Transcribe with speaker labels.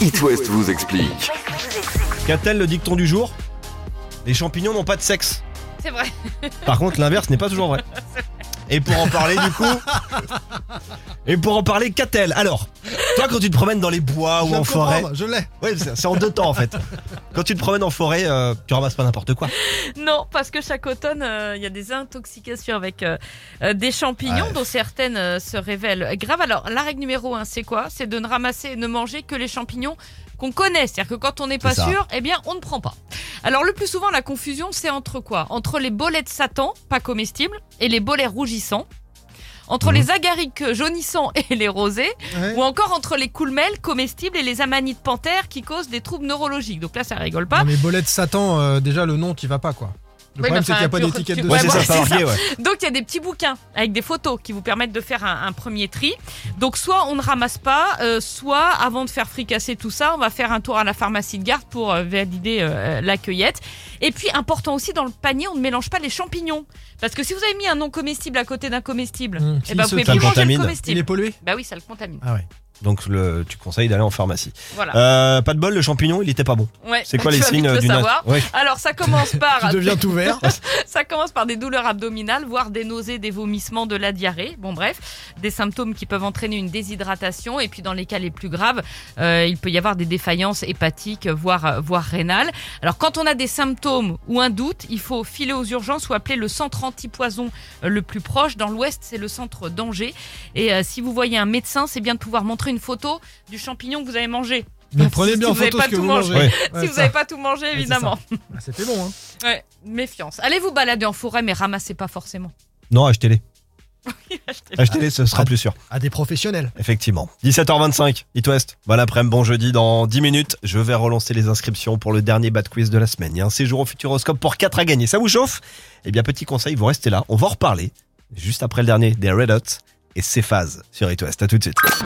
Speaker 1: It West vous explique.
Speaker 2: Qu'a-t-elle le dicton du jour Les champignons n'ont pas de sexe.
Speaker 3: C'est vrai.
Speaker 2: Par contre, l'inverse n'est pas toujours vrai. Et pour en parler, du coup. Et pour en parler, qu'a-t-elle Alors, toi, quand tu te promènes dans les bois ou
Speaker 4: Je
Speaker 2: en
Speaker 4: comprends,
Speaker 2: forêt.
Speaker 4: Je l'ai.
Speaker 2: Ouais, c'est c'est en deux temps en fait. Quand tu te promènes en forêt, euh, tu ramasses pas n'importe quoi.
Speaker 3: Non, parce que chaque automne, euh, il y a des intoxications avec euh, euh, des champignons
Speaker 2: Ouais.
Speaker 3: dont certaines euh, se révèlent graves. Alors, la règle numéro un, c'est quoi C'est de ne ramasser et ne manger que les champignons qu'on connaît. C'est-à-dire que quand on n'est pas
Speaker 2: ça.
Speaker 3: sûr, eh bien, on ne prend pas. Alors, le plus souvent, la confusion, c'est entre quoi Entre les bolets de Satan, pas comestibles, et les bolets rougissants. Entre
Speaker 2: Mhm.
Speaker 3: les agarics jaunissants et les rosés,
Speaker 4: Ouais.
Speaker 3: ou encore entre les coulmelles comestibles et les amanites panthères qui causent des troubles neurologiques. Donc là, ça rigole pas.
Speaker 4: Non, mais bolette Satan, euh, déjà le nom qui va pas quoi. Le
Speaker 3: Oui,
Speaker 4: problème
Speaker 3: mais
Speaker 4: c'est qu'il n'y
Speaker 3: enfin,
Speaker 4: a pas
Speaker 3: tu-
Speaker 4: d'étiquette
Speaker 3: tu-
Speaker 4: dessus.
Speaker 3: Ouais,
Speaker 2: c'est
Speaker 3: moi,
Speaker 2: ça, pas marqué,
Speaker 3: c'est
Speaker 2: ouais.
Speaker 3: Donc il y a des petits bouquins avec des photos qui vous permettent de faire un, un premier tri. Donc soit on ne ramasse pas, euh, soit avant de faire fricasser tout ça, on va faire un tour à la pharmacie de garde pour euh, valider euh, la cueillette. Et puis important aussi dans le panier, on ne mélange pas les champignons parce que si vous avez mis un non comestible à côté d'un comestible,
Speaker 4: Mmh,
Speaker 3: eh
Speaker 4: s'il
Speaker 3: ben, vous
Speaker 4: se
Speaker 3: pouvez
Speaker 2: tape. Mm.
Speaker 3: plus
Speaker 2: Ça
Speaker 3: manger le
Speaker 2: contamine.
Speaker 4: Il
Speaker 3: comestible.
Speaker 4: est pollué
Speaker 3: Bah oui, ça le contamine.
Speaker 4: Ah ouais.
Speaker 2: Donc le, tu conseilles d'aller en pharmacie.
Speaker 3: Voilà.
Speaker 2: Euh, pas de bol, le champignon, il était pas bon.
Speaker 3: Ouais.
Speaker 2: C'est quoi
Speaker 3: Tu
Speaker 2: les
Speaker 3: vas vite
Speaker 2: signes
Speaker 3: le
Speaker 2: euh, d'une
Speaker 3: savoir.
Speaker 2: as- Ouais.
Speaker 3: Alors ça commence par
Speaker 4: Tu deviens tout vert.
Speaker 3: Ça commence par des douleurs abdominales, voire des nausées, des vomissements, de la diarrhée. Bon, bref, des symptômes qui peuvent entraîner une déshydratation. Et puis, dans les cas les plus graves, euh, il peut y avoir des défaillances hépatiques, voire, euh, voire rénales. Alors, quand on a des symptômes ou un doute, il faut filer aux urgences ou appeler le centre antipoison euh, le plus proche. Dans l'Ouest, c'est le centre d'Angers. Et euh, si vous voyez un médecin, c'est bien de pouvoir montrer une photo du champignon que vous avez mangé.
Speaker 4: Mais
Speaker 3: Si-
Speaker 4: prenez
Speaker 3: si
Speaker 4: bien en
Speaker 3: vous avez
Speaker 4: photo
Speaker 3: pas
Speaker 4: ce que
Speaker 3: tout
Speaker 4: vous
Speaker 3: mangé.
Speaker 4: mangez.
Speaker 2: Ouais.
Speaker 3: si
Speaker 4: Ouais,
Speaker 3: vous
Speaker 4: ça.
Speaker 3: n'avez pas tout mangé,
Speaker 4: c'est
Speaker 3: évidemment.
Speaker 4: Ah, C'était bon hein.
Speaker 3: Ouais, méfiance. Allez vous balader en forêt, mais ramassez pas forcément.
Speaker 2: Non, achetez-les.
Speaker 3: Achetez.
Speaker 2: Achetez-les, ce sera
Speaker 4: Ah.
Speaker 2: plus sûr.
Speaker 4: À des professionnels.
Speaker 2: Effectivement. 17h25, It West. Bon après-midi, bon jeudi. Dans 10 minutes, je vais relancer les inscriptions pour le dernier bad quiz de la semaine. Il y a un séjour au Futuroscope pour 4 à gagner. Ça vous chauffe Eh bien, petit conseil, vous restez là. On va en reparler juste après le dernier des Red Hot et Cephas sur It West. À tout de suite.